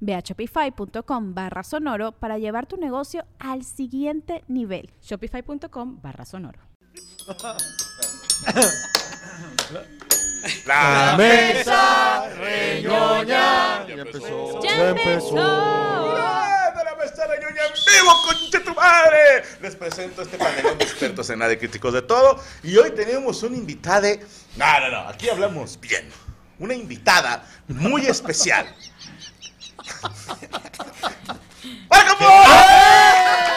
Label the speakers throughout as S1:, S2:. S1: Ve a shopify.com barra sonoro para llevar tu negocio al siguiente nivel.
S2: Shopify.com barra sonoro.
S3: La mesa reñoña ya empezó.
S4: Ya empezó.
S3: de la mesa reñoña en vivo, concha tu madre. Les presento este panelón de expertos en nada y críticos de todo. Y hoy tenemos un invitado. No, no, no, aquí hablamos bien. Una invitada muy especial. ¡Welcome!
S5: Ah,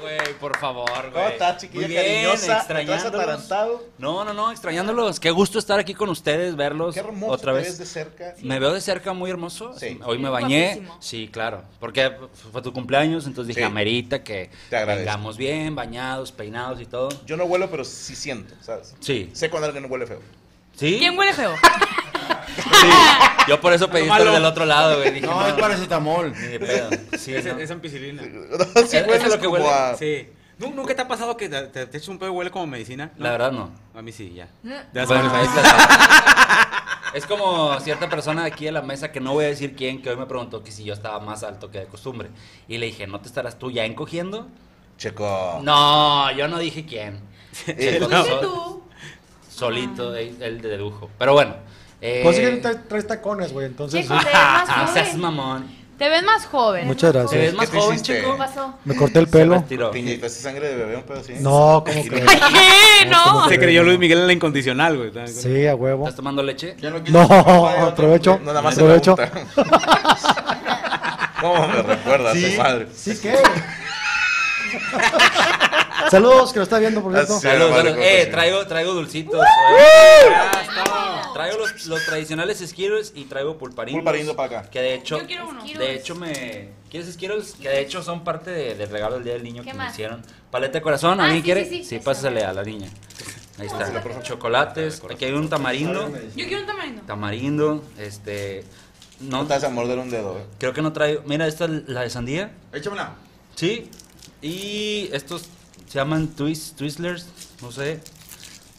S5: güey, por favor, güey.
S3: ¿Cómo estás, chiquilla
S5: Muy bien,
S3: cariñosa?
S5: extrañándolos.
S3: ¿Estás atarantado?
S5: No, no, no, extrañándolos. Qué gusto estar aquí con ustedes, verlos
S3: Qué hermoso
S5: otra
S3: te
S5: vez.
S3: ves de cerca.
S5: Me veo de cerca muy hermoso.
S3: Sí.
S5: Hoy me
S4: Eres
S5: bañé.
S4: guapísimo.
S5: Sí, claro. Porque fue tu cumpleaños, entonces
S3: Sí.
S5: dije, amerita que
S3: Te agradezco.
S5: vengamos bien, bañados, peinados y todo.
S3: Yo no huelo, pero sí siento, ¿sabes?
S5: Sí.
S3: Sé cuando alguien huele feo.
S5: ¿Sí?
S4: ¿Quién huele feo?
S5: Sí. Yo por eso pedí estar
S6: Tómalo.
S5: del otro lado, güey. Dije,
S6: No, es paracetamol.
S5: ni de pedo. Sí,
S6: es,
S5: no.
S6: es ampicilina.
S3: sí,
S5: Eso es
S3: hueles
S5: lo que
S3: como
S5: huele,
S3: a-
S6: Sí. ¿Nu- ¿Nunca te ha pasado que te, te, te echas un pedo y huele como medicina? ¿No?
S5: La verdad no.
S6: A mí sí, ya.
S4: Mm.
S6: Ya
S5: Bueno,
S6: sabes.
S5: ahí está. Es como cierta persona de aquí de la mesa que no voy a decir quién, que hoy me preguntó que si yo estaba más alto que de costumbre. Y le dije, ¿no te estarás tú ya encogiendo?
S3: Checo.
S5: No, yo no dije quién.
S3: Eh,
S5: Checo,
S4: Fuiste
S5: so-
S4: tú.
S5: Solito, él él dedujo. Pero bueno. eh,
S7: Pues sí que tra- traes tacones, güey, entonces
S4: Checo, te ves
S5: No
S4: más
S5: seas
S4: joven.
S5: mamón.
S4: Te ves más joven.
S7: Muchas
S5: ¿Te ves
S7: gracias.
S5: más
S3: ¿Qué te
S5: joven,
S3: hiciste?
S5: chico?
S4: ¿Qué pasó?
S7: Me corté el
S5: Se
S7: pelo.
S5: retiró.
S3: Piñita, ¿es sangre de bebé un pedo así?
S7: No, ¿cómo crees?
S4: ¿Qué? No.
S7: ¿Cómo
S6: Se creyó Luis Miguel en la incondicional, güey.
S7: Sí, a huevo.
S5: ¿Estás tomando leche?
S3: Ya
S7: No, aprovecho,
S3: No, nada más
S7: aprovecho.
S3: pregunta. ¿Cómo me recuerdas, de madre?
S7: Sí, ¿qué? Saludos, que lo está viendo, por cierto.
S3: Así.
S5: Saludos,
S3: vale,
S5: saludos.
S3: vale,
S5: Eh,
S3: sí.
S5: traigo, traigo dulcitos. eh. Traigo los, los tradicionales Skittles y traigo pulparinos.
S3: Pulparindo para acá.
S5: Que de hecho,
S4: Yo quiero uno.
S5: de hecho me... ¿Quieres Skittles? Que de hecho son parte de- del regalo del Día del Niño
S4: ¿Qué
S5: que me
S4: más?
S5: hicieron. Paleta de corazón,
S4: Ah,
S5: ¿a alguien
S4: sí,
S5: quiere?
S4: sí, sí, eso.
S5: pásale a la niña. Ahí está. Chocolates, aquí hay un tamarindo.
S4: Yo quiero un tamarindo.
S5: Tamarindo, este...
S3: No
S5: No,
S3: te vas a morder un dedo, eh.
S5: creo que no traigo... Mira, esta es la de sandía.
S6: Échamela.
S5: Sí. Y estos se llaman twist, Twizzlers, no sé.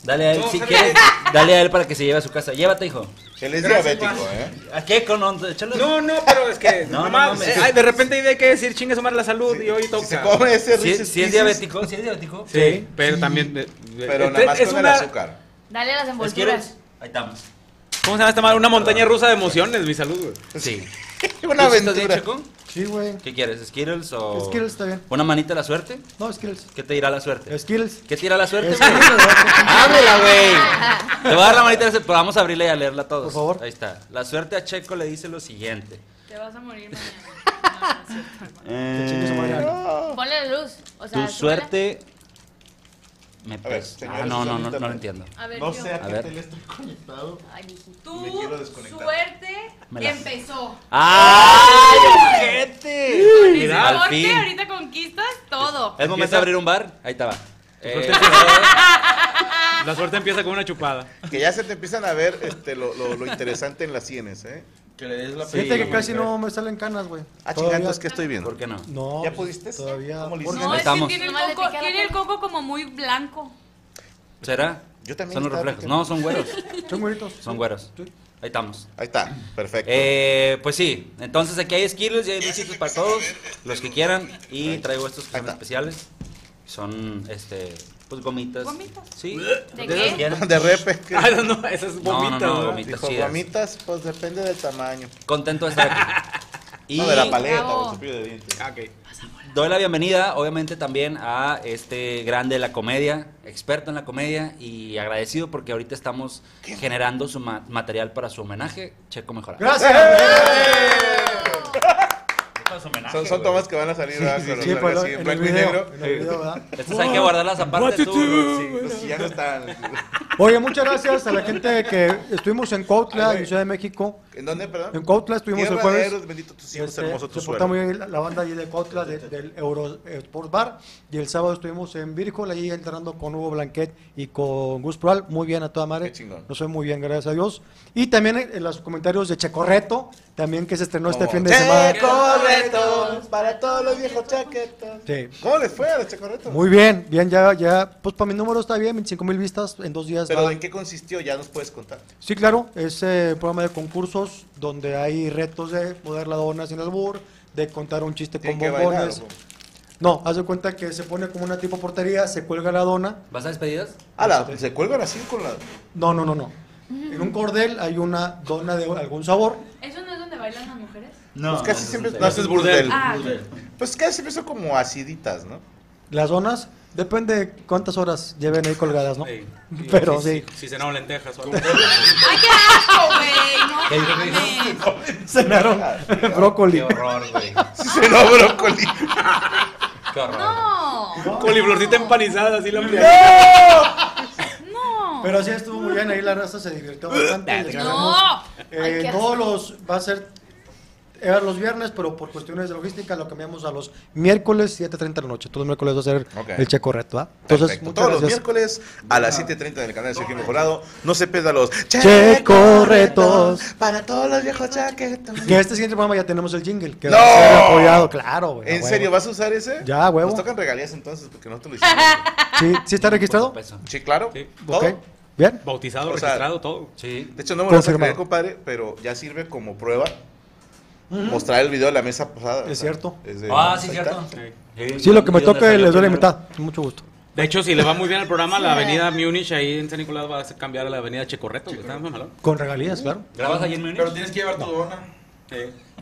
S5: Dale a él,
S6: No,
S5: si
S6: sale
S5: quieres, dale a él para que se lleve a su casa. Llévate, hijo.
S3: Él es
S6: Gracias,
S3: diabético,
S6: pa.
S3: eh.
S5: ¿A qué con onda? Échale.
S6: No, no, pero es que. no,
S5: No, no
S6: nomás,
S5: mames.
S6: eh, ay, de repente hay que decir chingue su madre la salud y hoy toca.
S3: Si se come ese
S5: Si,
S3: Reese's
S5: si es
S3: Pieces,
S5: diabético, si es diabético.
S6: Sí, pero también. eh,
S3: Pero
S6: eh,
S3: nada más
S6: es
S3: con el
S6: una-
S3: azúcar.
S4: Dale las
S5: ¿Las
S4: envolturas.
S5: quieres? Ahí estamos.
S6: ¿Cómo se llama esta madre? Una montaña rusa de emociones, mi salud, güey.
S5: Sí.
S3: Una
S5: ¿Tú sí estás bien,
S3: aventura.
S5: Checo?
S7: Sí, güey.
S5: ¿Qué quieres? ¿Skittles o.?
S7: Skittles está bien.
S5: ¿Una manita a la suerte?
S7: No, Skills.
S5: ¿Qué te dirá la suerte?
S7: Skills.
S5: ¿Qué te dirá la suerte?
S7: Skills.
S5: güey? ¡Ábrela, güey! Te voy a dar la manita a la suerte, pero vamos a abrirla y a leerla todos.
S7: Por favor.
S5: Ahí está. La suerte a Checo le dice lo siguiente.
S4: Te vas a morir mañana. No, no es cierto.
S7: Chingue su
S5: Eh,
S7: madre.
S4: Ponle la luz. O sea,
S5: Tu suerte me
S3: ver,
S5: pesa.
S3: señores,
S5: Ah, no, no, no,
S3: ahorita
S5: no lo
S3: no.
S5: entiendo.
S4: súbela. A ver,
S3: No
S4: yo.
S3: sé a
S5: A
S3: qué
S5: ver.
S3: tele estoy conectado.
S4: Ay, dije,
S3: Me
S4: tu
S3: quiero desconectar.
S4: suerte
S5: Me la-
S4: empezó.
S5: ¡Ay, ojete!
S4: Con ese
S6: Mira,
S5: al
S4: corte,
S5: fin.
S4: ahorita conquistas todo.
S5: Es momento de abrir un bar. Ahí estaba. Eh,
S6: La suerte empieza con una chupada.
S3: Que ya se te empiezan a ver este, lo, lo, lo interesante en las sienes, eh. Que le des la
S7: Fíjate que casi no me salen canas, güey.
S3: Ah,
S7: Todavía-
S3: chingantes que estoy viendo.
S5: Eh, ¿Por qué no?
S7: No.
S3: ¿Ya pudiste?
S7: Todavía.
S3: ¿Cómo le
S7: porque-
S4: No, es que
S5: Estamos.
S4: tiene el
S8: Nomás le
S4: coco,
S8: pica la
S4: tiene el
S8: cola.
S4: coco como muy blanco.
S5: ¿Será?
S3: Yo también
S5: Son los
S3: estaba
S5: reflejos.
S3: picando.
S5: No, son güeros.
S7: Son güeritos.
S5: Son güeros. Ahí estamos.
S3: Ahí está, perfecto.
S5: Eh, pues sí, entonces aquí hay Skittles y hay dulcitos para todos, los que quieran. Y traigo estos que
S3: Ahí
S5: son
S3: está.
S5: especiales. Son, este, pues gomitas.
S4: ¿Gomitas?
S5: Sí.
S4: ¿De
S5: esas
S4: qué?
S5: quieran.
S3: De repente.
S6: Ah, no, no, esas
S5: No, no,
S6: gomitas.
S5: no,
S6: ¿verdad?
S5: gomitas.
S3: ¿Eh? Dijo,
S5: chidas.
S3: gomitas, pues depende del tamaño.
S5: Contento de estar aquí. Y
S3: No, de la paleta,
S4: Bravo.
S3: del cepillo de dientes.
S6: Ah, ok.
S5: doy la bienvenida, obviamente, también a este grande de la comedia, experto en la comedia y agradecido porque ahorita estamos generando su ma- material para su homenaje, Checo Mejorado.
S7: Gracias.
S3: ¡Eh!
S5: Para su homenaje,
S3: Son, son
S5: güey.
S3: tomas que van a salir ¿verdad? Con los
S7: Sí, pues,
S3: labios así,
S7: en
S3: en
S7: el
S3: blanco y
S7: video,
S3: negro.
S7: en el video, ¿verdad?
S5: Estas hay que guardarlas aparte tú. güey.
S3: Sí, los que ya no están.
S7: Oye, muchas gracias a la gente que estuvimos en
S3: Ay,
S7: Cuautla,
S3: güey.
S7: en Ciudad de México.
S3: ¿En dónde, perdón?
S7: En Cuautla estuvimos
S3: Tierra
S7: el jueves.
S3: de héroes, bendito tú sí, es
S7: Este,
S3: hermoso tu
S7: se porta
S3: suelo.
S7: muy bien la, la banda allí de Cotla de- del Euro eh, Sports Bar. Y el sábado estuvimos en Virgil, allí entrando con Hugo Blanquet y con Gus Proal. Muy bien a toda madre.
S3: Qué chingón.
S7: Nos fue muy bien, gracias a Dios. Y también en, en los comentarios de Checorreto, también que se estrenó este
S3: Como,
S7: fin de semana.
S3: Checorretos, para todos los viejos chaquetos.
S7: Sí.
S3: ¿Cómo les fue a los checorretos?
S7: Muy bien, bien, ya, ya, pues para mi número está bien, 25 mil vistas en dos días.
S3: Pero
S7: va.
S3: ¿en qué consistió? Ya nos puedes contar.
S7: Sí, claro, es eh, un programa de concursos donde hay retos de poder la dona sin albur, de contar un chiste con
S3: Tienen que bailar.
S7: bombones. No, haz de cuenta que se pone como una tipo portería, se cuelga la dona.
S5: ¿Vas a despedidas?
S3: Ala, pues, se cuelgan así con la.
S7: No, no, no, no. En un cordel hay una dona de algún sabor.
S4: ¿Eso no es donde bailan las mujeres?
S5: No.
S3: pues casi siempre.
S5: no,
S3: No, eso es burdel.
S4: Ah,
S3: Pues casi siempre son como aciditas, ¿no?
S7: Las donas, depende de cuántas horas lleven ahí colgadas, ¿no?
S6: Sí.
S7: Pero sí.
S6: Si se no lentejas o algo.
S4: ¡Ay, qué asco, güey! No
S5: El-
S4: mames.
S7: Cenaron brócoli.
S5: Qué horror, güey.
S3: Si se no, brócoli.
S7: Pues
S5: Qué horror.
S4: No,
S6: Coliflorcita empanizada, así la
S4: no.
S7: Pero sí estuvo muy bien, ahí la raza se divirtió bastante. les ganamos.
S4: No.
S7: Eh,
S4: Ay, qué
S7: todos los, va a ser, eran los viernes, pero por cuestiones de logística lo cambiamos a los miércoles 7.30 de la noche. Todos los miércoles va a ser
S3: Ok.
S7: el checo reto, ¿va? Entonces,
S3: Perfecto.
S7: muchas
S3: Todos los
S7: gracias. Ah.
S3: miércoles a las 7.30 del canal de Sergio Mejorado. No se pierdan los
S7: Checorretos.
S3: Para todos los viejos chaquetos.
S7: Que este siguiente programa ya tenemos el jingle, que
S3: ¡No!
S7: va a ser apoyado, claro, güey. a
S3: ¿En
S7: Ah, huevo.
S3: serio vas a usar ese?
S7: Ya, a huevo.
S3: Nos tocan regalías entonces porque no te lo hicimos.
S7: ¿Sí, sí está registrado?
S5: Por supuesto.
S3: sí, claro.
S6: Sí.
S3: Todo.
S7: Ok. Bien.
S6: Bautizado,
S3: O sea,
S6: registrado, todo.
S5: Sí.
S3: De hecho, no me lo vas a
S7: Confirmado.
S3: creer, compadre, pero ya sirve como prueba mostrar el video de la mesa pasada.
S7: Es cierto.
S3: es de-
S5: Ah, sí,
S3: ahí
S5: cierto.
S3: está.
S7: Sí, lo que me
S5: ¿Y dónde
S7: toca
S5: salió
S7: les doy la
S5: primero?
S7: mitad. Con mucho gusto.
S6: De hecho, si le va muy bien al programa, la avenida Múnich ahí en San Nicolás va a ser cambiar a la avenida Checorreto. güey. Está muy malón.
S7: Con regalías, claro.
S5: ¿Grabas ahí en Múnich?
S8: Pero tienes que llevar tu dona.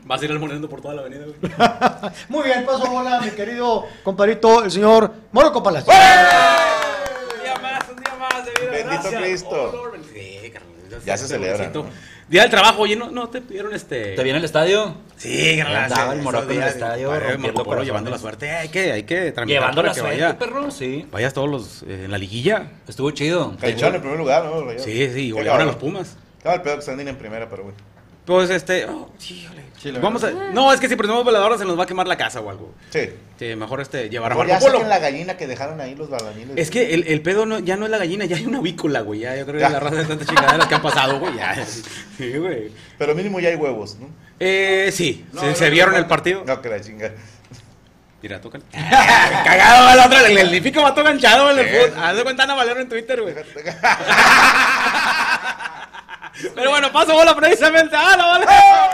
S6: Vas a ir almorzando por toda la avenida, güey.
S7: Muy bien, paso bola, mi querido compadrito, el señor Moro Palacio.
S6: Un día más, un día más de vida.
S3: Bendito
S6: gracias.
S3: Cristo.
S6: Lord, bendito. Sí, carnal,
S3: Ya se celebra,
S6: Pobrecito.
S3: ¿no?
S6: Día del trabajo, oye, no, no te pidieron este.
S5: ¿Te viene al estadio?
S6: Sí, carnal.
S5: Andaba
S6: sí,
S5: el Morocco
S6: esos
S5: en el
S6: días,
S5: estadio,
S6: compadre,
S5: rompiendo
S6: Marco Polo
S5: corazones.
S6: llevando la suerte. Hay que, hay que tramitar
S5: Llevando
S6: para
S5: la
S6: que
S5: suerte,
S6: vaya-
S5: perro, sí.
S6: Vayas todos los eh, en la liguilla.
S5: Estuvo chido. De
S3: Cayó
S5: hecho,
S3: en el primer lugar, ¿no? Rayados?
S6: Sí, sí,
S3: Qué
S6: golearon a
S3: cabrón.
S6: los Pumas.
S3: Estaba el pedo que Sandin en primera, pero bueno.
S6: Pues este, oh, híjole.
S8: Sí, la
S6: Vamos a, no, es que si prendemos veladoras se nos va a quemar la casa o algo.
S3: Sí.
S6: Sí, mejor este llevar a
S3: Pero Pues ya
S6: Marco Polo.
S3: saquen la gallina que dejaron ahí los balañiles.
S6: Es que el, el pedo no, ya no es la gallina, ya hay una avícola, güey. Ya, yo creo que
S3: Ya.
S6: es la raza de tantas chingaderas que han pasado, güey. Ya. Sí, güey.
S3: Pero mínimo ya hay huevos, ¿no?
S6: Eh, sí,
S8: No,
S6: se,
S8: no,
S6: se
S8: no,
S6: vieron
S8: no.
S6: el partido.
S3: No, que la chinga.
S6: Mira, tócale. Cagado, el otro, el, el pico mató ganchado, güey, en
S3: Sí.
S6: el fútbol. Haz de cuenta Ana Valero en Twitter, güey. Pero bueno, paso bola precisamente. ¡Ah, la bola!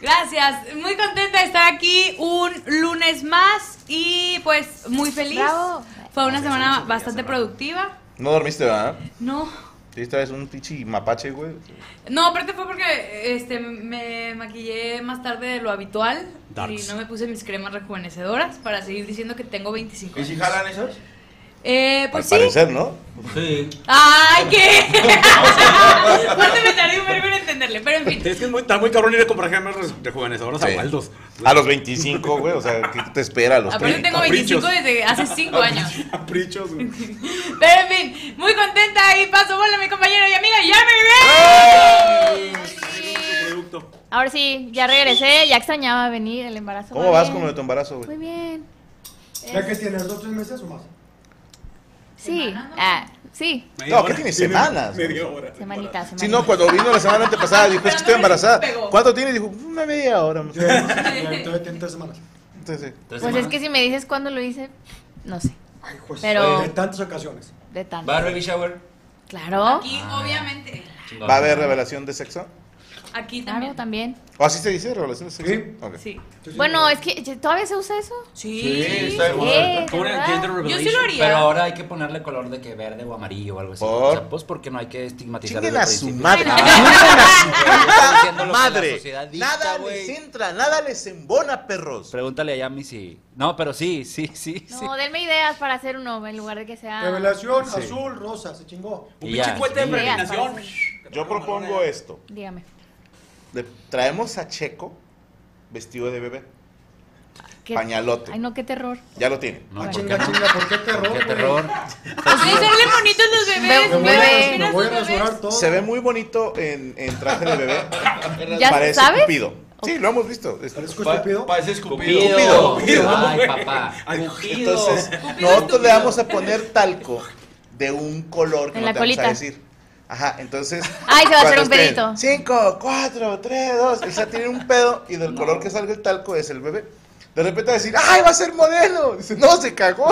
S4: Gracias, muy contenta de estar aquí un lunes más y pues muy feliz.
S1: Bravo.
S4: Fue una semana bastante productiva.
S3: No dormiste, ¿verdad?
S4: No,
S3: Sí, esta vez un pichi mapache, güey.
S4: no, aparte fue porque este, me maquillé más tarde de lo habitual
S6: Darks.
S4: y no me puse mis cremas rejuvenecedoras para seguir diciendo que tengo 25
S8: ¿Y si
S4: años.
S8: jalan esos?
S4: Eh, pues sí.
S3: Al parecer, ¿no?
S5: Sí.
S4: ¡Ay, qué! Aparte me tardé un verbo en entenderle, pero en fin.
S6: Es que es muy, está muy cabrón ir a comprar gemas de rejuvenecedoras
S3: Sí.
S6: a Waldos.
S3: A los 25, güey. O sea, ¿qué te espera a los
S4: Aparte
S3: 30?
S4: tengo 25
S6: caprichos.
S4: desde hace 5 años.
S6: Caprichos, güey.
S4: Pero en fin, muy contenta y paso bola a mi compañero y amiga Yami
S6: Producto.
S9: Ahora sí, ya regresé, ya extrañaba venir el embarazo.
S3: ¿Cómo
S9: va
S3: vas
S9: bien.
S3: con lo de tu embarazo, güey?
S9: Muy bien.
S7: ¿Ya que tienes dos, tres meses o más?
S9: Sí,
S4: ¿Semana, no?
S9: ah, sí,
S3: No, ¿qué tiene? Semanas.
S6: Media hora.
S9: semanita, semanita.
S3: Sí, no, cuando vino la semana antepasada, dijo, es que estoy embarazada. ¿Cuánto tiene? Dijo, una media hora. más o
S7: Sí,
S3: menos".
S7: todavía tiene tres semanas.
S3: Entonces, sí.
S9: Pues es que si me dices cuándo lo hice, no sé,
S7: De
S9: pero
S7: tantas ocasiones.
S9: de tanto.
S5: ¿Va a baby shower?
S9: Claro.
S4: Aquí, obviamente.
S5: Chingón.
S3: ¿va a haber revelación de sexo?
S4: Aquí
S9: Claro,
S4: también.
S9: también.
S3: ¿O así se dice? ¿Relaciones sexuales? Ok.
S4: Sí.
S9: Bueno, es que ¿todavía se usa eso?
S4: Sí.
S3: está de moda.
S9: Eh,
S6: Como
S9: ¿de
S6: una
S9: verdad?
S6: gender
S4: Yo
S6: revelation.
S4: sí lo haría.
S5: Pero ahora hay que ponerle color de que verde o amarillo o algo así.
S3: ¿Por?
S5: O sea, pues porque no hay que estigmatizar
S3: Chinguen a
S5: desde el
S3: su
S5: principio.
S3: madre.
S5: Ah,
S3: Chinguen a
S5: están haciendo lo
S3: su
S5: que la
S3: madre.
S5: sociedad dicta,
S3: Nada
S5: güey.
S3: les entra, nada les embona, perros.
S5: pues, Pregúntale a Yami si. No, pero sí, sí, sí. sí.
S9: No, denme ideas para hacer uno en lugar de que sea.
S7: Revelación azul, rosa, se chingó.
S6: Un
S5: Y ya,
S6: pinche cohete de
S5: sí.
S6: peregrinación.
S9: Ideas,
S3: Yo propongo esto.
S9: Dígame.
S3: Le traemos a Checo vestido de bebé.
S9: ¿Qué-
S3: Pañalote.
S9: Ay, no, qué terror.
S3: Ya lo tiene.
S5: No,
S7: Ah,
S5: ¿por
S7: chinga,
S5: qué no?
S7: chinga, ¿por qué terror?
S5: ¿Por qué
S7: güey?
S5: terror?
S4: Hay que hacerle bonitos los bebés.
S7: Me voy,
S4: bebés,
S7: a,
S9: Bebé.
S7: me
S4: ¿Eras
S7: voy a
S4: los bebés?
S7: rasurar todo.
S3: Se ve muy bonito en, en traje de bebé.
S9: ¿Ya
S3: Parece
S9: sabes?
S3: Cupido. Sí, lo hemos visto. Es-
S7: Parezco este estúpido.
S8: Parece escupido.
S5: Cupido.
S3: Cupido.
S5: Ay, papá.
S3: Entonces,
S4: Cupido
S3: nosotros le
S4: estúpido.
S3: vamos a poner talco de un color que
S9: En
S3: no
S9: la
S3: te
S9: colita.
S3: vamos a decir. Ajá, entonces.
S9: Ay, se va a hacer
S3: cuando
S9: un
S3: estén
S9: pedito.
S3: Cinco, cuatro, tres, dos. O sea, tiene un pedo y del color que salga el talco es el bebé. De repente va a decir, ¡ay, va a ser modelo! Dice, no, se cagó.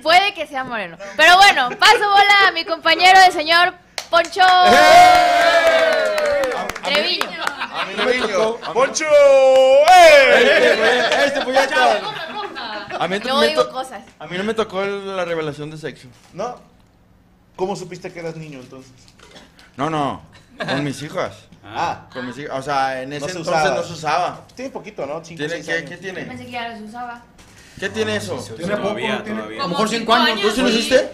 S9: Puede que sea moreno. Pero bueno, paso bola a mi compañero, el señor Poncho Treviño.
S3: Treviño, ¡Poncho! ¡eh!
S8: Este puñeta. A mí
S9: Yo
S8: también
S9: digo
S8: to-
S9: cosas.
S8: A mí no me tocó el- la revelación de sexo.
S3: ¿No? ¿Cómo supiste que eras niño entonces?
S8: No, no. Con mis hijas.
S3: Ah,
S8: Con mis hijas. O sea, en ese
S3: se
S8: entonces
S3: usaba.
S8: no se usaba.
S3: tiene poquito, ¿no? Cinco,
S8: ¿Tiene,
S3: seis
S8: ¿qué,
S3: años.
S8: ¿Qué tiene?
S9: Pensé que ya los usaba.
S8: ¿Qué
S5: Ah,
S8: tiene eso?
S7: Tiene poco,
S6: Todavía,
S7: tiene-
S6: todavía.
S7: A lo
S4: Como
S7: mejor 5
S4: cinco
S7: años.
S8: ¿Tú sí lo hiciste?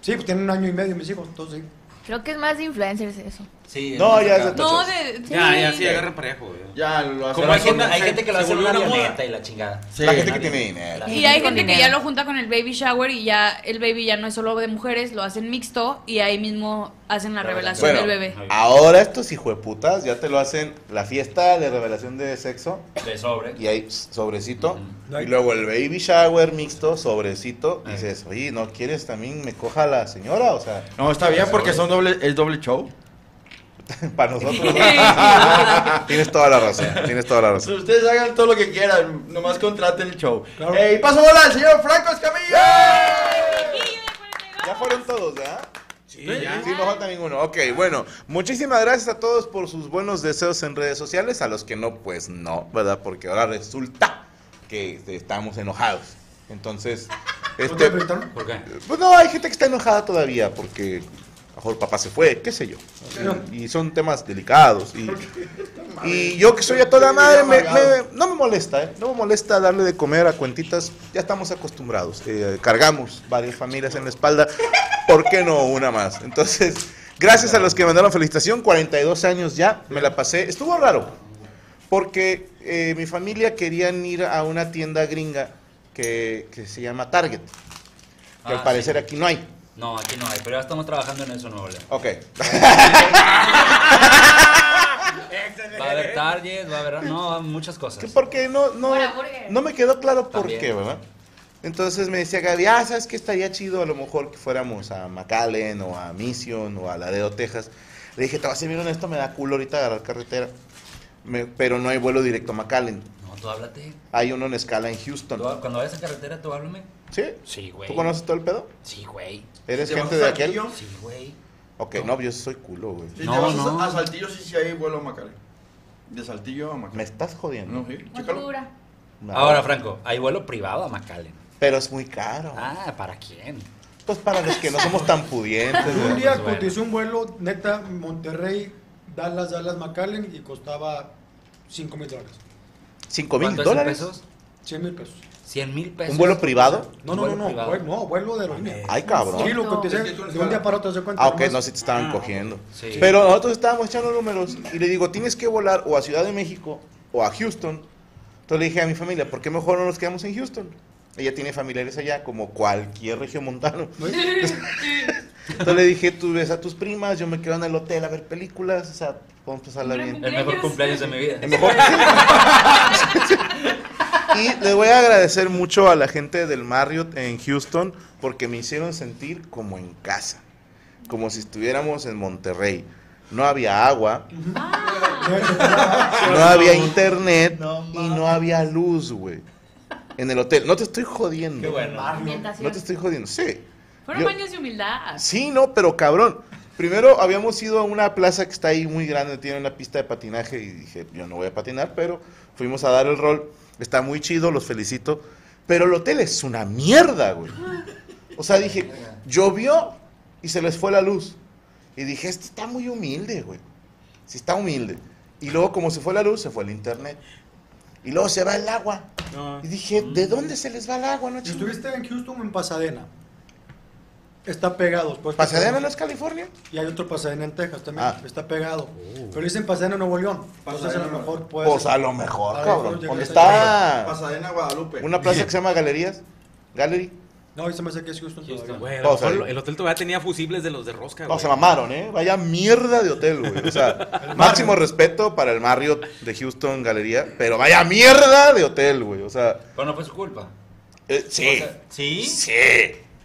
S7: Sí, pues tiene un año y medio mis hijos, entonces sí.
S9: Creo que es más de influencers eso.
S5: Sí,
S3: No,
S5: es
S3: ya
S5: acá.
S3: es de-
S4: No, de.
S6: Ya, ya,
S4: sí.
S6: sí, agarran parejo, güey.
S8: Ya, lo hace.
S5: Como hay gente, hay
S6: Se-
S5: gente que lo
S6: se
S5: hace en
S6: volvió
S5: una
S6: una moda.
S5: avioneta y la chingada.
S8: Sí.
S3: La gente que tiene dinero.
S4: Y hay
S9: Con
S4: gente que
S9: dinero.
S4: ya lo junta con el baby shower y ya el baby ya no es solo de mujeres, lo hacen mixto y ahí mismo hacen la revelación
S3: Bueno,
S4: del bebé.
S3: ahora estos hijueputas ya te lo hacen la fiesta de revelación de sexo
S5: De sobre.
S3: y hay sobrecito.
S7: Ujú.
S3: Y luego el baby shower mixto, sobrecito. Y dices, oye, ¿no quieres también me coja la señora? O sea,
S8: No, está bien porque son doble, es doble show.
S3: para nosotros. ¿no? tienes toda la razón, tienes toda la razón.
S8: Ustedes hagan todo lo que quieran, nomás contraten el show.
S7: Claro.
S8: Eh, y paso bola al señor Franco Escamilla.
S3: Ya fueron todos, ¿verdad?
S6: Sí, ya.
S3: Sí, no falta ninguno. Ok, bueno, muchísimas gracias a todos por sus buenos deseos en redes sociales. A los que no, pues no, ¿verdad? Porque ahora resulta que este, estamos enojados. Entonces,
S7: ¿No te
S3: este.
S7: apretaron?
S5: ¿Por qué?
S3: Pues no, hay gente que está enojada todavía porque a lo mejor papá se fue, qué sé yo.
S7: Pero-
S3: Y son temas delicados. Y, y yo que soy a toda madre, me- me- no me molesta, ¿eh? No me molesta darle de comer a cuentitas. Ya estamos acostumbrados. eh, cargamos varias familias en la espalda. ¿Por qué no una más? Entonces, gracias a los que mandaron felicitación. 42 años ya, me la pasé. Estuvo raro. Porque eh, mi familia querían ir a una tienda gringa que, que se llama Target. Que
S5: Ah,
S3: al parecer aquí no hay.
S5: No, aquí no hay, pero ya estamos trabajando en eso nuevo, León.
S3: Ok.
S5: Va a haber Target, va a haber. No, va a haber muchas cosas.
S3: Que Porque no, no,
S9: Fuera burger.
S3: no me quedó claro por
S5: También.
S3: qué, ¿verdad? Entonces me decía Gaby, ah, ¿sabes qué? Estaría chido a lo mejor que fuéramos a McAllen o a Mission o a Laredo, Texas. Le dije, te vas a ser bien honesto, me da culo ahorita agarrar carretera. Me- pero no hay vuelo directo a McAllen.
S5: No, tú háblate.
S3: Hay uno en escala en
S5: Tú
S3: Houston.
S5: hab- cuando vayas a carretera, tú háblame.
S3: ¿Sí?
S5: Sí, güey.
S3: ¿Tú conoces todo el pedo?
S5: Sí, güey.
S3: ¿Eres
S8: ¿Te
S3: gente
S8: vas
S3: de
S8: a
S3: aquel?
S8: Saltillo?
S5: Sí, güey.
S3: Ok, no, yo soy culo, güey.
S8: Si
S5: No,
S8: te vas
S5: no.
S8: a, a Saltillo, sí, sí hay vuelo a Macale. De Saltillo a
S3: Me
S8: Macale.
S3: estás jodiendo.
S8: No, sí,
S9: ¿Cuánto
S8: chécalo.
S9: dura?
S3: No.
S5: Ahora, Franco, hay vuelo privado a McAllen.
S3: Pero es muy caro.
S5: Ah, ¿para quién?
S3: Pues para los que no somos tan pudientes.
S7: Yo Un
S3: ¿verdad?
S7: día
S5: Pues bueno.
S7: cotizé un vuelo, neta, Monterrey, Dallas, Dallas, McAllen y costaba 5 mil dólares.
S3: ¿Cinco mil
S5: ¿Cuánto es en
S3: dólares?
S5: pesos?
S7: 100 mil pesos.
S5: ¿Cien mil pesos?
S3: ¿Un vuelo privado? Ah,
S7: No, no, no, no, vuelo, no, vuelo de aerolínea.
S3: Ay, cabrón.
S7: Sí, lo coticé
S8: Es que tú eres
S7: de un día
S8: cara.
S7: para otro, se cuenta.
S3: Ah, ok,
S7: nomás.
S3: no, si te estaban cogiendo.
S5: Sí.
S3: Pero nosotros estábamos echando números y le digo, tienes que volar o a Ciudad de México o a Houston. Entonces le dije a mi familia, ¿por qué mejor no nos quedamos en Houston? Ella tiene familiares allá, como cualquier regiomontano. Entonces le dije, tú ves a tus primas, yo me quedo en el hotel a ver películas, o sea, vamos a pasarla
S4: Hombre,
S3: bien.
S5: El mejor cumpleaños de mi vida.
S3: El mejor. y le voy a agradecer mucho a la gente del Marriott en Houston porque me hicieron sentir como en casa, como si estuviéramos en Monterrey. No había agua,
S5: Ah.
S3: no había internet y no había luz, güey. En el hotel. No te estoy jodiendo.
S5: Qué bueno.
S3: No te estoy jodiendo. Sí.
S4: Fueron
S3: Yo-
S4: años de humildad.
S3: Sí, no, pero cabrón. Primero habíamos ido a una plaza que está ahí muy grande, tiene una pista de patinaje y dije, yo no voy a patinar, pero fuimos a dar el rol. Está muy chido, los felicito. Pero el hotel es una mierda, güey. O sea, dije, llovió y se les fue la luz. Y dije, este está muy humilde, güey. Sí, está humilde. Y luego, como se fue la luz, se fue el internet. Y luego se va el agua.
S6: No.
S3: Y dije, ¿de dónde se les va el agua, no
S7: Si
S3: chingues?
S7: estuviste en Houston o en Pasadena, está pegado. pues,
S3: ¿Pasadena no es California?
S7: Y hay otro Pasadena en Texas también,
S3: Ah.
S7: está pegado. Pero dicen Pasadena Nuevo León. Entonces a
S8: Pasadena,
S7: lo mejor puede
S3: Pues
S7: ser-
S3: a lo mejor,
S7: A lo mejor
S3: cabrón.
S7: llegué
S3: Donde
S7: a esa-
S3: está
S8: Pasadena, Guadalupe.
S3: una plaza que se llama Galerías. Gallery.
S7: No, y se me hace que es Houston todavía.
S6: Güey, a lo
S3: Todos
S6: mejor
S3: ahí.
S6: el- el hotel todavía tenía fusibles de los de rosca,
S3: No,
S6: güey.
S3: se mamaron, ¿eh? Vaya mierda de hotel, güey. O sea, máximo respeto para el Marriott de Houston Galería, pero vaya mierda de hotel, güey. O sea,
S5: Pero no fue su culpa.
S3: eh, sí.
S5: O sea, ¿sí?
S3: Sí.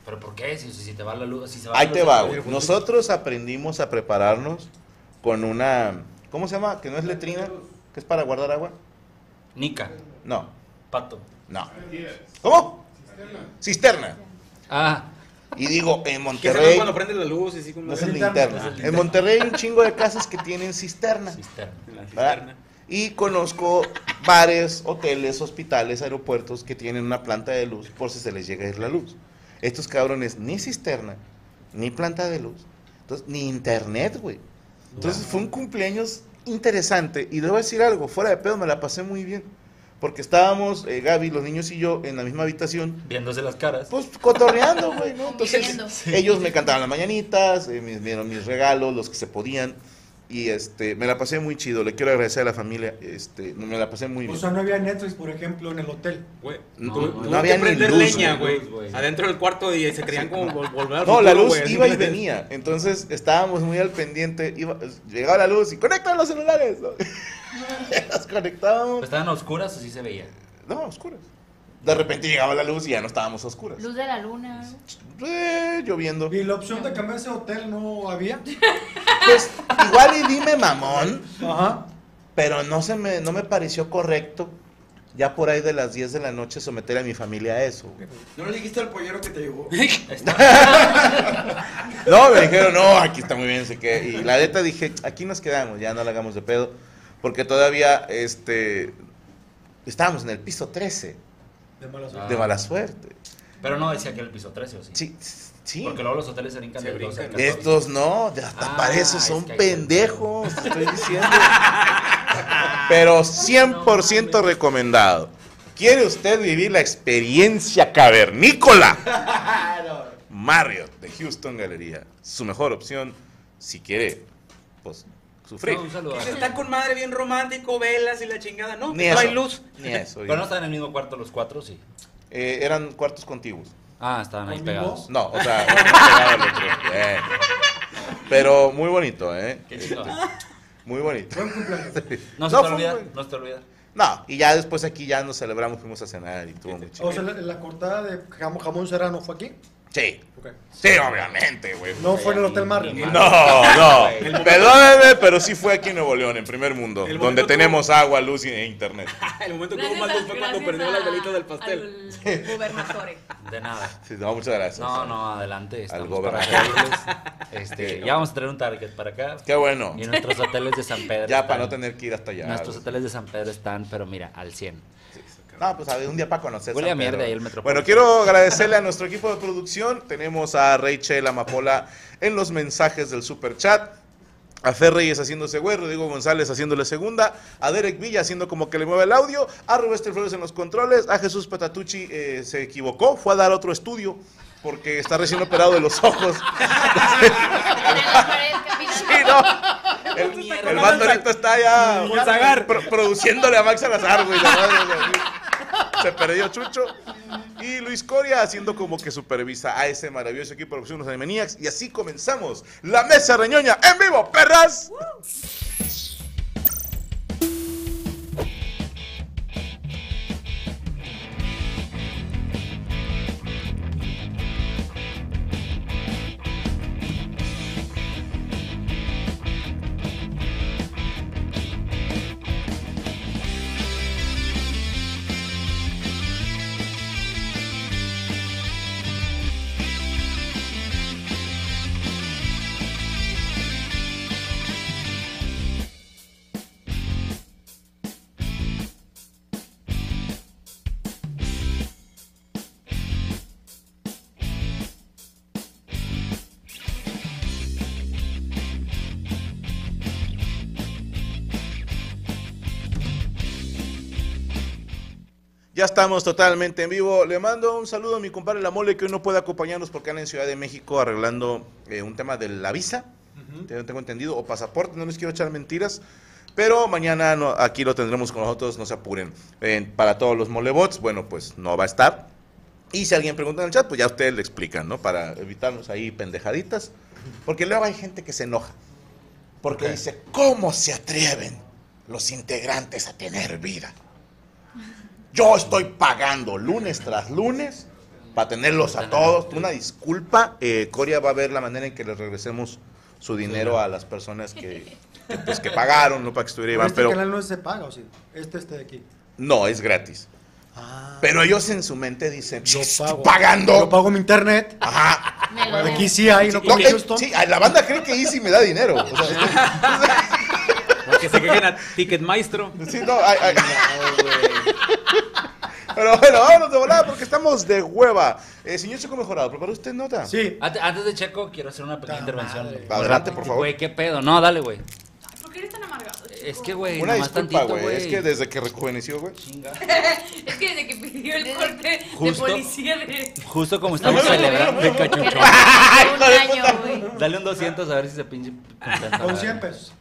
S5: ¿Pero por qué? Si, si- si te va la luz. Si se va la
S3: Ahí
S5: luz,
S3: te
S5: se
S3: va,
S5: la
S3: güey.
S5: luz.
S3: Nosotros aprendimos a prepararnos con una. ¿Cómo se llama? Que no es letrina, que es para guardar agua.
S5: Nica.
S3: No,
S5: Pato.
S3: no. ¿Cómo? Cisterna.
S5: Ah.
S3: Y digo, en
S6: Que se ve
S3: Monterrey.
S6: cuando prende la luz y así como...
S3: No es el
S6: en
S3: linterna. En Monterrey hay un chingo de casas que tienen cisterna.
S5: Cisterna.
S6: la
S3: ¿verdad?
S6: cisterna.
S3: Y conozco bares, hoteles, hospitales, aeropuertos que tienen una planta de luz por si se les llega a ir la luz. Estos cabrones ni cisterna, ni planta de luz, entonces, ni internet, güey. Entonces fue un cumpleaños interesante y debo decir algo, fuera de pedo me la pasé muy bien. Porque estábamos, eh, Gaby, los niños y yo en la misma habitación
S5: Viéndose las caras.
S3: pues cotorreando, güey, ¿no? Entonces,
S9: Viviendo.
S3: Sí. ellos me cantaban las mañanitas, eh, me dieron mis regalos, los que se podían. Y este, me la pasé muy chido. Le quiero agradecer a la familia. Este, me la pasé muy
S7: O
S6: Pues,
S3: bien.
S7: sea, no había Netflix, por ejemplo, en el hotel.
S6: Güey,
S3: pues, No,
S6: tuve-
S5: no
S6: tuve
S3: había
S6: que
S3: ni
S6: prender
S3: luz,
S6: leña,
S5: güey.
S6: güey. Adentro del cuarto y se creían como vol- volver al
S3: No, la
S6: futuro,
S3: luz
S6: güey, así
S3: iba y
S6: como-
S3: venía. Entonces estábamos muy al pendiente. Iba, llegaba la luz y conectan los celulares. ¿no? Los
S5: Pero
S3: conectábamos.
S5: ¿Estaban a oscuras o sí se veía?
S3: No, a oscuras. De repente llegaba la luz y ya no estábamos a oscuras.
S9: Luz de la luna.
S3: Eh, lloviendo.
S7: Y la opción de cambiarse de hotel no había.
S3: Pues igual y dime mamón.
S7: Ajá.
S3: pero no se me, no me pareció correcto ya por ahí de las 10 de la noche someter a mi familia a eso. güey.
S8: ¿No le dijiste al pollero que te llevó?
S3: No, me dijeron, no, aquí está muy bien, sé qué. Y la neta dije, aquí nos quedamos, ya no la hagamos de pedo, porque todavía este estábamos en el piso 13
S7: De mala suerte.
S5: Ah.
S3: de mala suerte.
S5: Pero no decía que era el piso 13 o sí.
S3: Sí, sí.
S5: Porque luego los hoteles se brincan
S6: Se
S5: del 12 al
S6: brincan.
S5: 14.
S3: Estos no, de hasta
S5: Ah,
S3: para eso son
S5: es que hay-
S3: pendejos, te estoy diciendo. Pero 100% recomendado. ¿Quiere usted vivir la experiencia cavernícola? Marriott de Houston Galería. Su mejor opción si quiere pues sufrir.
S5: No, un saludo.
S6: Dice, Está con madre bien romántico, velas y la chingada. No,
S3: Ni
S6: que no
S3: eso.
S6: hay luz.
S3: Ni eso.
S5: Pero no
S3: digo.
S5: estaban en el mismo cuarto los cuatro, sí.
S3: Eh, eran cuartos contiguos.
S5: Ah, estaban ahí
S7: ¿Conmigo?
S5: pegados.
S3: No, o sea, uno pegado al otro. Bien. Pero muy bonito, ¿eh?
S5: Qué chingón.
S3: Muy bonito.
S7: Buen cumpleaños.
S5: No se
S3: No,
S5: te
S3: fue
S5: olvida,
S3: un-
S5: no se te olvida.
S3: No, y ya después aquí ya nos celebramos, fuimos a cenar y todo muy chido.
S7: O sea, la, la cortada de jamón, jamón serrano fue aquí.
S3: Sí,
S7: Ok.
S3: sí, obviamente, güey.
S7: No fue en el Hotel Marriott.
S5: Ni-
S3: No, no. Perdónenme, pero sí fue aquí en Nuevo León, en primer mundo,
S6: El
S3: donde
S6: momento
S3: tenemos agua, luz y- e internet.
S6: Ah, El momento que hubo más luz fue cuando
S4: gracias
S6: perdió las
S4: a-
S6: velitas del pastel.
S4: Al gobernador.
S5: De nada.
S3: Sí, no, muchas gracias.
S5: No, no, adelante. Estamos para
S3: gobernador.
S5: servirles. Este, ya vamos a traer un target para acá.
S3: Qué bueno.
S5: Y nuestros hoteles de San Pedro.
S3: Ya
S5: están-
S3: para no tener que ir hasta allá.
S5: Nuestros
S3: güey.
S5: hoteles de San Pedro están, pero mira, al 100.
S3: No, pues a ver, un día para conocer.
S5: Huele
S3: San
S5: a mierda
S3: Pedro.
S5: ahí el Metropolitan.
S3: Bueno, quiero agradecerle a nuestro equipo de producción. Tenemos a Rachel Amapola en los mensajes del super chat. A Fer Reyes haciéndose güey, Rodrigo González haciéndole segunda, a Derek Villa haciendo como que le mueve el audio, a Roberto Flores en los controles, a Jesús Patatucci eh, se equivocó, fue a dar otro estudio porque está recién operado de los ojos.
S9: Entre las paredes caminando.
S3: Sí, no. El, el vato ahorita está ya
S6: Gonzagar.
S3: pro- produciéndole a Max Salazar, güey. la madre, o sea, sí. Se perdió Chucho. Y Luis Coria haciendo como que supervisa a ese maravilloso equipo de producción Los Animaniacs. Y así comenzamos la mesa reñoña en vivo, perras. Ya estamos totalmente en vivo. Le mando un saludo a mi compadre La Mole, que hoy no puede acompañarnos porque anda en Ciudad de México arreglando eh, un tema de la visa. Te- Tengo entendido, o pasaporte, no les quiero echar mentiras. Pero mañana no- aquí lo tendremos con nosotros, no se apuren. Eh, para todos los molebots, bueno, pues no va a estar. Y si alguien pregunta en el chat, pues ya ustedes le explican, ¿no? Para evitarnos ahí pendejaditas. Porque luego hay gente que se enoja. Porque dice, ¿cómo se atreven los integrantes a tener vida? Yo estoy pagando lunes tras lunes para tenerlos a todos. Una disculpa, eh, Coria va a ver la manera en que les regresemos su dinero a las personas que, que, pues, que pagaron, no para que estuviera Iván,
S7: este
S3: pero
S7: canal no se paga, ¿o sí? Este, este de aquí.
S3: no, es gratis. Pero ellos en su mente dicen,
S7: Ah. Yo
S3: estoy
S7: pago. Yo
S3: pagando.
S7: pago mi internet.
S3: Ajá.
S9: Me lo
S7: Aquí
S9: debo.
S7: sí hay, no
S3: No,
S7: como
S3: eh,
S7: Houston.
S3: sí, la banda cree que Easy me da dinero. O sea,
S6: Porque se quejen a Ticket Maestro.
S3: sí, no, ay, ay. Pero bueno, vámonos de volada porque estamos de hueva. Eh, señor Chico Mejorado, ¿preparó usted nota?
S7: Sí.
S5: Ante- Antes de Checo, quiero hacer una pequeña
S7: Ta
S5: intervención.
S7: madre.
S5: güey.
S3: Adelante, por favor.
S5: Güey, qué pedo. No, dale, güey.
S4: ¿Por qué eres tan amargado?
S5: Es que, güey,
S3: Una
S5: nomás
S3: disculpa,
S5: tantito,
S3: güey.
S5: güey.
S3: Es que desde que rejuveneció, güey.
S4: Es que desde que pidió el corte de
S5: Justo.
S4: policía de.
S5: Justo como estamos celebrando.
S6: De cachuchón.
S9: Un año, güey.
S5: Dale un 200 a ver si se pinche. contenta,
S7: Con
S5: la
S7: 100
S5: verga.
S7: pesos.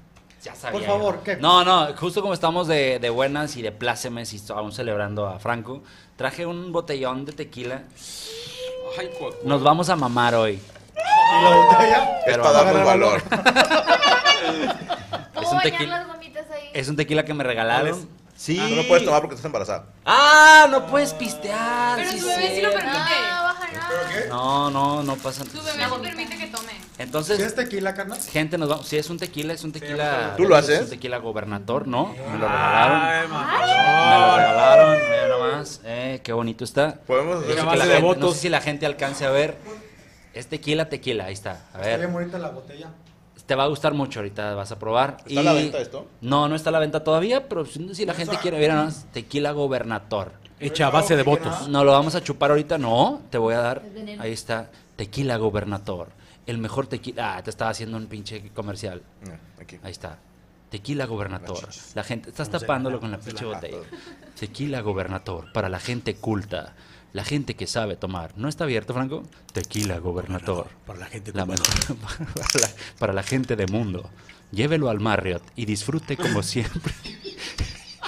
S5: Ya sabía.
S7: Por favor,
S5: yo.
S7: ¿qué?
S5: No, no, justo como estamos de, de buenas y de plácemes y aún celebrando a Franco, traje un botellón de tequila.
S6: Ay, cu-
S5: Nos vamos a mamar hoy.
S7: Y la botella.
S3: Es
S5: Pero
S3: para darnos
S7: agarra
S3: valor.
S9: ¿Puedo
S5: Es un
S9: bañar
S5: tequila.
S9: las gomitas ahí?
S5: Es un tequila que me regalaron. Sí.
S3: Ah, No lo puedes tomar porque estás embarazada.
S5: Ah, no puedes pistear.
S4: Pero
S5: sí,
S4: su bebé sí lo
S5: cierto.
S4: permite.
S9: No, baja nada.
S5: No, no, no pasa
S4: Su
S5: nada.
S4: bebé no permite que tome.
S7: ¿Sí es
S5: Entonces,
S7: tequila, carnal?
S5: gente, nos vamos. Si es un tequila, es un tequila.
S3: ¿Tú lo haces?
S5: Es un tequila gobernador, ¿no? Me lo regalaron.
S6: Ay, mamá.
S5: Me lo regalaron. Mira nomás. Eh, qué bonito está.
S3: Podemos
S5: No sé,
S6: Mira,
S5: que
S6: base
S5: la
S6: de
S5: gente-
S6: votos.
S5: no sé si la gente alcance a ver. Es tequila, tequila, ahí está. A
S7: Está bien
S5: ver,
S7: bonita la botella.
S5: te va a gustar mucho ahorita, vas a probar.
S3: ¿Está a la venta esto?
S5: No, no está a la venta todavía, pero si si la gente quiere ver, nada más, tequila gobernador.
S6: Hecha a base de votos.
S5: No lo vamos a chupar ahorita, no, te voy a dar.
S9: Es veneno.
S5: Ahí está, tequila gobernador. El mejor tequila. Ah, te estaba haciendo un pinche comercial.
S3: No, Mm, aquí.
S5: Ahí está. Tequila Gobernador. La gente. Estás tapándolo con la pinche botella. Tequila Gobernador. Para la gente culta. La gente que sabe tomar. ¿No está abierto, Franco? Tequila Gobernador. Para la gente mejor- para, la, para la gente de mundo. Llévelo al Marriott y disfrute como siempre.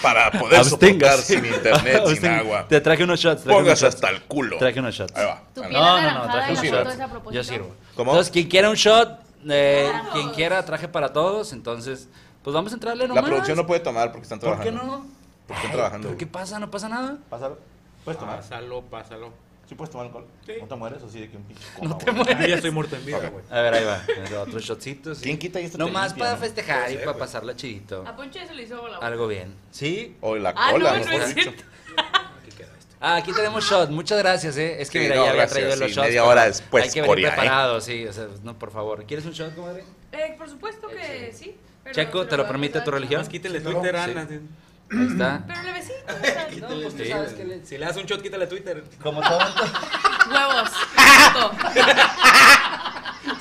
S3: Para poder soportar
S5: Absténgase.
S3: sin internet, sin
S5: Absténgase.
S3: agua.
S5: Te traje unos shots. traje
S3: Póngase
S5: unos shots.
S3: hasta el culo.
S5: Traje unos shots.
S3: Ahí va.
S9: Tu
S3: Ahí
S9: piel
S3: va.
S5: No, no, no,
S9: anaranjada
S5: traje
S9: en la foto
S3: sí, va.
S5: un
S9: es a
S5: shot.
S9: propósito.
S5: Yo sirvo.
S3: ¿Cómo?
S5: Entonces, quien quiera un shot, eh, quien quiera, traje para todos. Entonces, pues vamos a entrarle nomás.
S3: La producción no puede tomar porque están
S5: ¿Por qué
S3: trabajando.
S5: no?
S3: Porque están
S5: Ay,
S3: Pues trabajando.
S5: ¿Pero qué pasa? ¿No pasa nada?
S3: Pásalo. ¿Puedes tomar?
S6: Pásalo, pásalo.
S3: ¿Sí puedes tomar alcohol? ¿No te mueres o sí de que un pinche coma,
S5: No te
S3: güey?
S6: Yo Ah, ya
S5: mueres.
S6: estoy muerto en vida, güey.
S5: A ver, ahí va. Ahí va, Otros shotcitos. sí.
S3: ¿Quién quita y esto te
S5: Nomás
S3: limpia,
S5: para
S3: no?
S5: festejar y para pasarla chidito.
S4: A Poncho ya se le hizo bola.
S5: Algo bien. ¿Sí?
S3: O la
S4: Ah, no,
S3: cola,
S4: no
S3: mejor
S4: es
S3: dicho.
S4: cierto.
S5: Ah, aquí tenemos shot. Muchas gracias, ¿eh? Es que
S3: Sí,
S5: mira,
S3: no,
S5: ya había
S3: gracias,
S5: traído los
S3: sí,
S5: shots.
S3: media
S5: pero
S3: hora después,
S5: Hay que venir
S3: Coria, ¿eh?
S5: preparado, sí. O sea, no, por favor. ¿Quieres un shot, comadre?
S4: Eh, por supuesto que sí. pero
S5: Checo,
S4: se
S5: ¿te lo
S4: puedo
S5: permite
S4: pasar
S5: tu
S4: a Checo.
S5: religión?
S6: Más quítale
S7: Sí.
S6: Twitter,
S7: Sí.
S6: Ana.
S5: Ahí está.
S4: Pero levecito, o sea,
S5: No, pues tú sabes que le-
S6: Si le das un shot, quítale Twitter.
S5: Como todo.
S4: huevos. punto.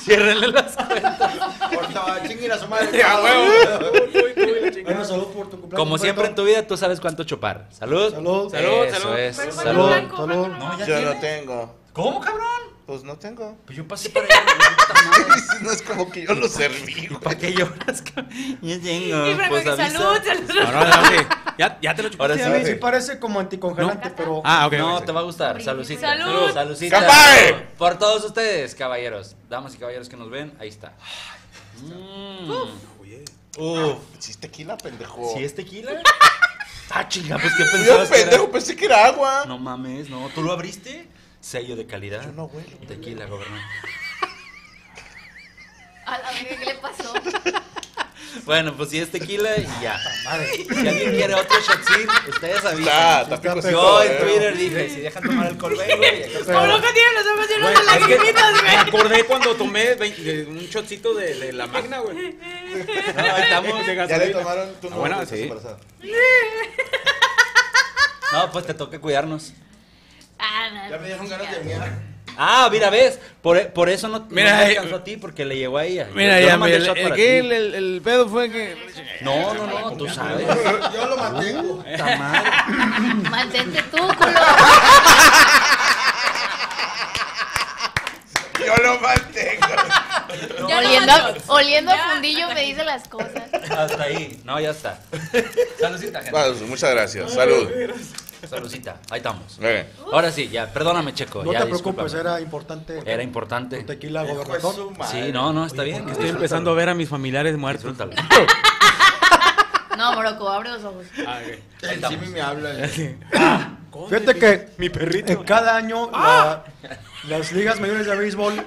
S5: Ciérrenle las
S8: Ahorita va a chingar a su madre.
S6: ¡Ya,
S3: Ah,
S6: huevo!
S7: Bueno, salud por tu cumpleaños.
S5: Como siempre en tu vida, tú sabes cuánto chupar. Salud.
S7: Salud.
S6: Salud,
S5: Eso
S6: salud.
S5: es.
S4: Pero
S5: Salud.
S4: Franco, Franco,
S7: Salud,
S4: Franco,
S7: salud.
S4: no.
S3: Yo no tengo.
S5: ¿Cómo, cabrón?
S3: Pues no tengo.
S5: Pues yo pasé para allá. puta madre.
S3: No es como que yo lo serví, güey.
S5: ¿Para qué lloras? cabrón? Yo tengo.
S4: Y Franco,
S5: pues
S4: que
S5: avisa.
S4: salud, salud.
S6: Ahora, oye, ya, ya te lo chupaste.
S5: Ahora
S7: Sí,
S5: sí.
S7: sí parece como anticongelante, pero.
S6: Ah, ok.
S5: no,
S6: ok.
S5: te va a gustar. Saludcita.
S4: Salud.
S5: Saludcita.
S3: ¡Campae!
S5: Por todos ustedes, caballeros. Damas y caballeros que nos ven, ahí está. Mm. Uf.
S3: Sí, es tequila, pendejo.
S5: ¿Si es tequila? Ah, chinga, pues qué
S3: Yo,
S5: pensabas que era?
S3: pendejo, pensé que era agua.
S5: No mames, no. ¿Tú lo abriste? Sello de calidad.
S3: Yo no huelo.
S5: Tequila, gobernador.
S9: A la verga, ¿qué le pasó?
S5: Bueno, pues si es tequila y ya. Si alguien quiere otro shotcito, ustedes
S3: Está,
S5: avisan.
S3: está picosito,
S5: Yo en
S3: eh.
S5: Twitter dije, si dejan tomar alcohol, ven, güey, acá está.
S4: Como loca tiene los ojos llenos de
S6: Es que
S4: lagrimitas,
S6: me
S4: güey.
S6: acordé cuando tomé vein- de un shotcito de, de la magna, güey.
S5: No, ahí estamos.
S6: De
S3: Ya le
S6: gasolina.
S3: tomaron tu
S6: Ah, bueno, sí.
S5: No, pues te toca cuidarnos.
S9: Ah, no, Ah,
S8: Ya me dieron ganas de mirar.
S5: Ah, mira, ves. Por, por eso no, no
S10: Mira,
S5: te
S10: eh,
S5: alcanzó a ti, porque le llegó a ella.
S10: Mira,
S5: Yo
S10: ya,
S5: no mandé
S10: mira, el,
S5: shot para
S10: el-
S5: ti.
S10: el- el- el pedo fue que.
S5: No, no, no, tú sabes.
S8: Yo lo mantengo.
S5: Puta madre.
S9: Mantente tú, culo.
S3: Yo lo mantengo.
S9: Oliendo, a- oliendo a fundillo me dice las cosas.
S5: Hasta ahí. No, ya está. Saludcita, gente.
S3: Bueno, muchas gracias. Salud.
S5: Saludcita. Ahí estamos.
S3: Eh.
S5: Ahora sí, ya. Perdóname, Checo.
S7: No
S5: ya,
S7: te preocupes,
S5: discúlpame.
S7: era importante.
S5: Era importante.
S7: Tu tequila
S8: Pues
S7: gobernador.
S8: su madre.
S5: Sí, no, no, está bien.
S6: Estoy empezando a ver a mis familiares muertos.
S5: Disfrútalo.
S9: No, Moroco, abre los ojos.
S6: Ah, ok.
S8: El Jimmy me habla. eh.
S7: Fíjate que
S6: Mi perrito.
S7: en cada año la- las ligas mayores de béisbol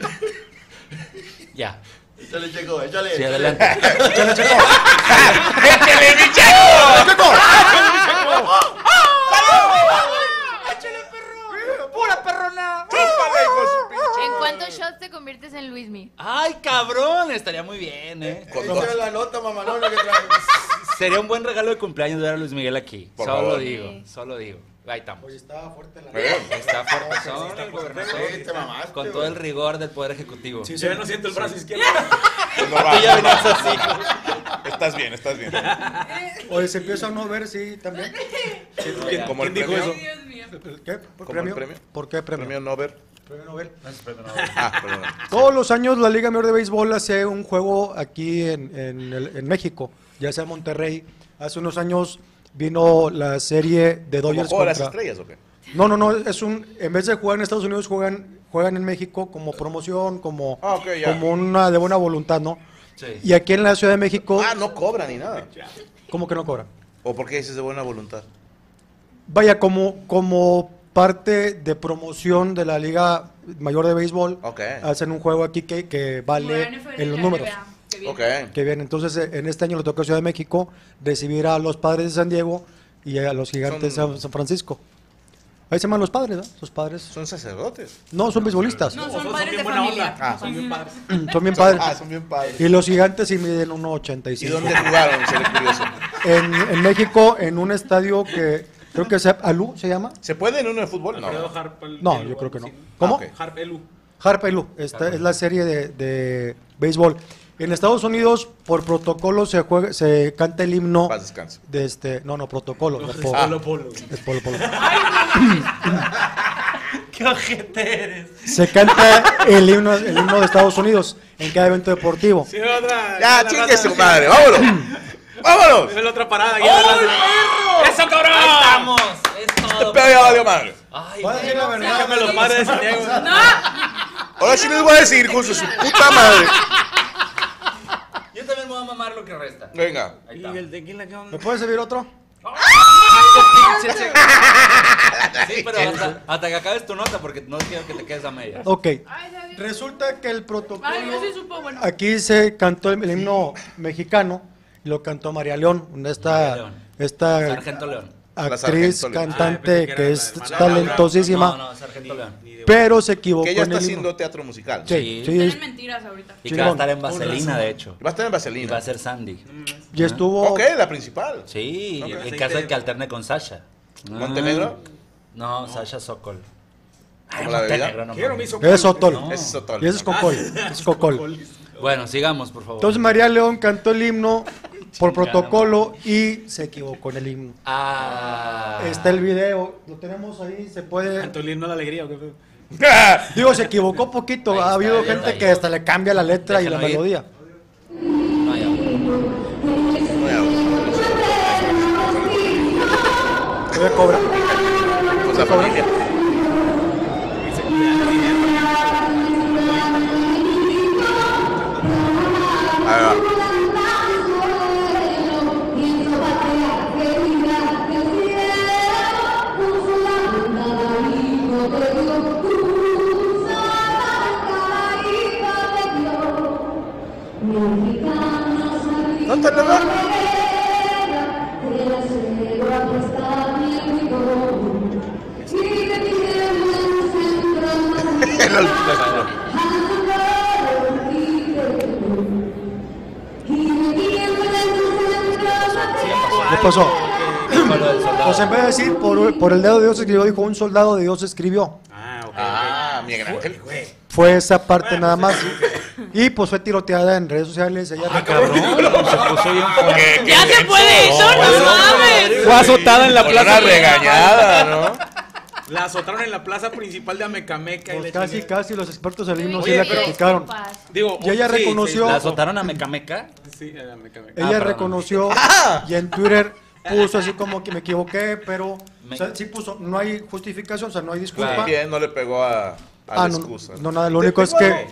S5: Ya.
S8: Échale, checo, échale.
S5: Sí,
S8: échale.
S5: adelante.
S3: ¡Échale, mi Checo! ¡Chúpale, hijo de su pinche!
S9: ¿En cuántos shots te conviertes en Luismi?
S5: Ay, cabrón. Estaría muy bien, eh.
S3: Con
S8: Échale
S3: dos.
S8: la nota, mamá. No, no, que traes.
S5: Sería un buen regalo de cumpleaños ver a Luis Miguel aquí.
S3: Por
S5: solo
S3: favor.
S5: digo, solo digo. Ahí estamos.
S7: Oye, estaba fuerte la
S3: Eh,
S5: Está fuertezón el gobernador.
S8: Sí, te mamaste,
S5: Con todo
S8: güey.
S5: el rigor del Poder Ejecutivo.
S7: Sí, sí.
S6: Yo no siento el brazo izquierdo.
S3: pues no va,
S5: Tú ya
S3: no va.
S5: venías así.
S3: Estás bien, estás bien.
S7: Oye, se empieza a no ver, sí, también.
S3: ¿Quién, como el premio?
S7: ¿El ¿Qué? ¿Por
S3: ¿Cómo
S7: premio?
S3: el premio?
S7: ¿Por qué premio?
S3: Premio Nobel.
S7: Premio Nobel.
S3: Ah, perdón.
S7: Todos los años la Liga Mayor de Béisbol hace un juego aquí en, en el- en México, ya sea en Monterrey. Hace unos años vino la serie de
S3: ¿Cómo
S7: Dodgers
S3: juego de las
S7: contra-
S3: estrellas o qué?
S7: No, no, no, es un en vez de jugar en Estados Unidos juegan juegan en México como promoción, como
S3: Ah, ok, ya.
S7: como una de buena voluntad, ¿no?
S5: Sí.
S7: Y aquí en la Ciudad de México
S3: Ah, no cobra ni nada.
S7: como que no cobran.
S3: ¿O por qué dices de buena voluntad?
S7: Vaya como como parte de promoción de la Liga Mayor de Béisbol,
S3: Ok.
S7: hacen un juego aquí que, que vale en los números.
S3: Ok.
S7: Que bien, entonces eh, en este año le tocó a Ciudad de México recibir a los padres de San Diego y a los gigantes
S3: Son-
S7: de San Francisco. Ahí se llaman los padres, ¿verdad? Los padres.
S3: Son sacerdotes.
S7: No, son beisbolistas.
S4: No,
S6: son
S4: son padres
S6: bien
S4: de
S6: buena
S4: familia.
S6: onda.
S4: No son bien padres.
S7: Son bien padres.
S3: Ah, son bien padres.
S7: Y los gigantes sí miden
S3: ¿Y
S7: 1.85.
S3: dónde jugaron? Seré curioso.
S7: En, en México, en un estadio que creo que es Alú, ¿se llama?
S3: ¿Se puede en uno de fútbol?
S6: Alfredo
S3: No.
S6: Harpel-
S7: No,
S6: Elu,
S7: yo creo que
S6: algo
S7: no.
S6: así.
S7: ¿Cómo?
S3: Ah, ok.
S6: Harp Elu.
S7: Harp Elú, esta es la serie de, de béisbol. En Estados Unidos, por protocolo, se, juega, se canta el himno
S3: Paz, descanso.
S7: de este... No, no, protocolo. de
S3: Ah.
S7: polo.
S6: Polo Polo.
S7: Es Polo Polo.
S5: ¡Qué ojete eres!
S7: Se canta el himno, el himno de Estados Unidos en cada evento deportivo.
S6: Sí, otra.
S3: Ya,
S6: la
S3: chingue
S6: raza-
S3: su madre. ¡Vámonos! ¡Vámonos!
S6: Es la otra parada. ya la raza- ¡Eso, cabrón!
S5: ¡Ahí estamos! ¡Es todo!
S3: Pero ya valió madre.
S5: ¡Ay,
S7: Voy a decir la verdad.
S6: Déjame los padres de San Diego.
S3: Ahora sí les voy a decir, con su puta madre.
S5: Yo también me voy a mamar lo que resta.
S3: Venga.
S5: Ahí
S6: ¿Y
S5: está.
S6: el tequila qué onda?
S7: ¿Me puedes servir otro?
S5: Sí, pero hasta, hasta que acabes tu nota porque no quiero que te quedes a medias.
S7: Ok. Resulta que el protocolo...
S4: Ay, yo sí supo, bueno.
S7: Aquí se cantó el, el himno mexicano, y lo cantó María León, una esta,
S5: María León.
S7: esta
S5: Sargento León.
S3: La
S7: actriz
S3: sargento
S6: Ah,
S3: León.
S7: cantante
S6: pensé que era
S7: que
S6: la
S7: es
S6: hermana de Laura.
S7: talentosísima,
S5: No, no, Sargento León.
S7: pero se equivocó
S3: Que ella
S7: en
S3: está
S7: el himno.
S3: haciendo teatro musical.
S7: Sí,
S5: Sí.
S7: sí,
S4: Tienen
S7: es-
S4: mentiras ahorita.
S5: Y que va a
S7: Chingón.
S5: estar en vaselina, de hecho.
S3: Va a estar en
S5: Y va
S3: Vaselina.
S5: a ser Sandy.
S7: y estuvo
S3: Ok, la principal.
S5: Sí,
S3: Ok.
S5: en caso de que alterne con Sasha. Ah.
S3: ¿Montenegro?
S5: No, Sasha Sokol. Ay,
S3: ¿Como la
S5: Montenegro,
S3: bebida?
S5: no
S6: Quiero
S5: mames.
S6: mi socorro.
S7: es Otol.
S5: No.
S3: Ese es Sotol. Ah.
S7: Y ese es Cocol, es Cocol.
S5: Bueno, sigamos, por favor.
S7: Entonces María León cantó el himno por
S5: Chingada
S7: protocolo y se equivocó en el himno.
S5: Ah.
S7: Está el video, lo tenemos ahí, se puede...
S6: Antolín no la alegría, ¿o qué fue?
S7: Digo, se equivocó poquito,
S5: Ahí
S7: ha
S5: está,
S7: habido
S5: ya
S7: gente
S5: está.
S7: que hasta le cambia la letra y la
S5: Déjalo ir.
S7: melodía.
S5: No, ya, bueno.
S7: Todavía cobra.
S3: Pues la familia. Ahí va. ¿No te lo da? El alto.
S7: ¿Qué pasó?
S5: Dijo lo del soldado.
S7: Pues en vez de decir por, por el dedo de Dios escribió, dijo un soldado de Dios escribió.
S6: Ah, ok.
S3: Ah, a Miguel Ángel, güey.
S7: Fue esa parte nada más. Y pues fue tiroteada en redes sociales.
S5: Ah,
S7: Ella me-
S3: Que- que-
S4: ¡Ya se puede eso! ¡No mames!
S10: Fue azotada en la
S3: Con
S10: plaza.
S3: Una regañada, ¿no?
S6: La azotaron en la plaza principal de Amecameca. y
S7: pues,
S6: le
S7: casi,
S6: chingada.
S7: casi los expertos del himno sí
S6: Oye,
S7: la
S6: pero-
S7: criticaron.
S6: Digo,
S7: Y ella
S6: sí, sí,
S7: reconoció-
S5: ¿La azotaron a Mecameca?
S6: Sí, en Amecameca.
S5: Ah,
S7: Ella
S5: perdón.
S7: reconoció y en Twitter puso así como que me equivoqué, pero o sea, sí puso, no hay justificación, o sea, no hay disculpa.
S3: Bien, no le pegó a, a
S7: Ah,
S3: la
S7: no,
S3: excusa.
S7: no, nada, lo
S3: Te
S7: único es
S3: tengo
S7: que-
S3: algo.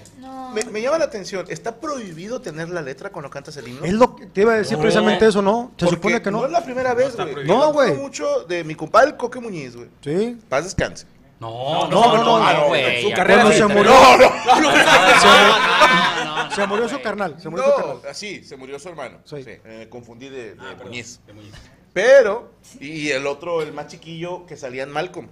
S3: Me, me llama la atención, ¿está prohibido tener la letra cuando cantas el himno?
S7: Es lo que te iba a decir
S6: No.
S7: precisamente eso, ¿no? Se
S3: Porque
S7: supone que no.
S3: No es la primera vez,
S6: está
S3: güey.
S6: prohibido.
S7: No,
S3: Me acuerdo
S7: güey.
S3: mucho de mi compadre el Coque Muñiz, güey.
S7: Sí.
S3: Paz descanse.
S5: No,
S7: no, no, no,
S5: ah,
S3: no,
S5: güey,
S6: su
S5: ya.
S6: carrera
S5: Cuando
S7: se
S5: se Ah,
S7: murió.
S6: No,
S5: murió.
S6: no,
S5: No, no, no,
S7: Se murió su carnal, se murió su
S3: No,
S7: carnal.
S3: así, se murió su hermano.
S7: Sí.
S3: Sí. eh, confundí de, de Muñiz.
S6: no.
S3: Pero, y el otro, el más chiquillo, que salía en Malcolm.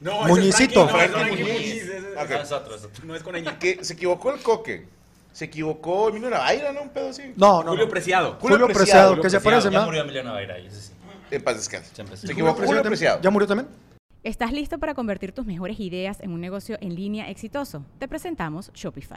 S6: No,
S7: Muñicito.
S6: es Frankie, no, es Frankie
S3: Muñiz.
S6: Muñiz, ese- ese-
S3: Ok.
S6: no, es otro, es otro. No es con ella.
S3: Que se equivocó el Coque. Se equivocó Emilio Navaira, ¿no? Un pedo así.
S7: No, no.
S6: Julio
S7: no.
S6: Preciado.
S7: Julio,
S3: Julio
S7: Preciado,
S3: Preciado,
S7: que se
S5: Ya,
S7: parece,
S5: Ya
S7: ¿no?
S5: murió Emiliano Aveira, ese sí.
S3: En paz descanse.
S5: Siempre sí.
S3: Se equivocó Julio Preciado.
S7: ¿Ya murió también?
S2: ¿Estás listo para convertir tus mejores ideas en un negocio en línea exitoso? Te presentamos Shopify.